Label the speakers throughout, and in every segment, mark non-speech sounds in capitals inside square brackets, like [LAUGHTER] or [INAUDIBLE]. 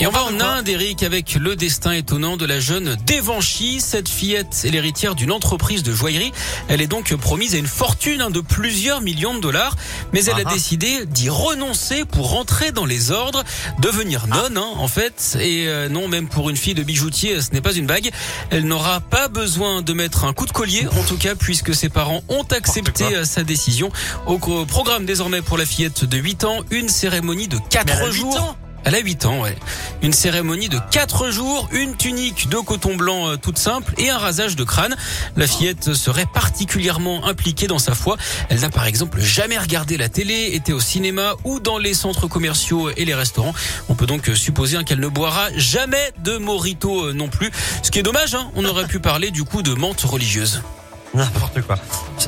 Speaker 1: Et on va en Inde, Eric, avec le destin étonnant de la jeune Devanshi. Cette fillette est l'héritière d'une entreprise de joaillerie. Elle est donc promise à une fortune hein, de plusieurs millions de dollars. Mais elle a
Speaker 2: Ah.
Speaker 1: décidé d'y renoncer pour rentrer dans les ordres, devenir
Speaker 2: Ah.
Speaker 1: nonne, hein, en fait. Et euh, non, même pour une fille de bijoutier, ce n'est pas une bague. Elle n'aura pas besoin de mettre un coup de collier, en tout cas, puisque ses parents ont accepté
Speaker 2: quoi.
Speaker 1: euh, sa décision. Au co- programme désormais pour la fillette de 8 ans, une cérémonie de 4
Speaker 2: Mais elle a huit
Speaker 1: jours.
Speaker 2: ans
Speaker 1: Elle a 8 ans, ouais. Une cérémonie de 4 jours, une tunique de coton blanc euh, toute simple et un rasage de crâne. La fillette serait particulièrement impliquée dans sa foi. Elle n'a par exemple jamais regardé la télé, été au cinéma ou dans les centres commerciaux et les restaurants. On peut donc euh, supposer hein, qu'elle ne boira jamais de morito euh, non plus. Ce qui est dommage, hein. on aurait pu parler du coup de menthe religieuse.
Speaker 2: N'importe quoi.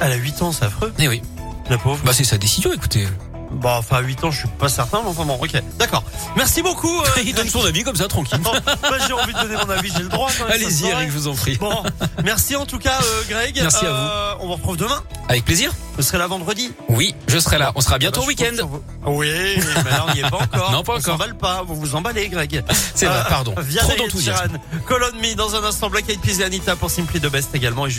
Speaker 2: Elle a 8 ans, c'est affreux,
Speaker 1: Eh oui,
Speaker 2: la pauvre.
Speaker 1: bah c'est sa décision, écoutez.
Speaker 2: Bon, enfin, à 8 ans, je suis pas certain, mais enfin bon, ok. D'accord. Merci beaucoup. euh,
Speaker 1: [LAUGHS] [LAUGHS] Il donne son avis comme ça, tranquille.
Speaker 2: Bon, moi, j'ai envie de donner mon avis, j'ai le droit. quand même,
Speaker 1: Allez-y,
Speaker 2: ça me
Speaker 1: Eric, je vous en prie.
Speaker 2: paraît. Bon, merci en tout cas, euh, Greg.
Speaker 1: Merci à
Speaker 2: Euh, On vous retrouve demain.
Speaker 1: Avec plaisir
Speaker 2: Ce serait la vendredi.
Speaker 1: Oui, je serai là. On sera bientôt
Speaker 2: Ah
Speaker 1: au
Speaker 2: bah, je
Speaker 1: week-end.
Speaker 2: compte sur vous. Oui, mais là, on n'y est pas [LAUGHS] encore.
Speaker 1: Non, pas
Speaker 2: On
Speaker 1: encore. Ah,
Speaker 2: s'emballe pas. Vous vous emballez, Greg.
Speaker 1: C'est vrai,
Speaker 2: Euh,
Speaker 1: pardon.
Speaker 2: Vianney
Speaker 1: Trop
Speaker 2: et
Speaker 1: d'enthousiasme.
Speaker 2: Tiran. Colonne Me dans un instant. Black Eyed Peas et Anita pour Simply the Best également. Et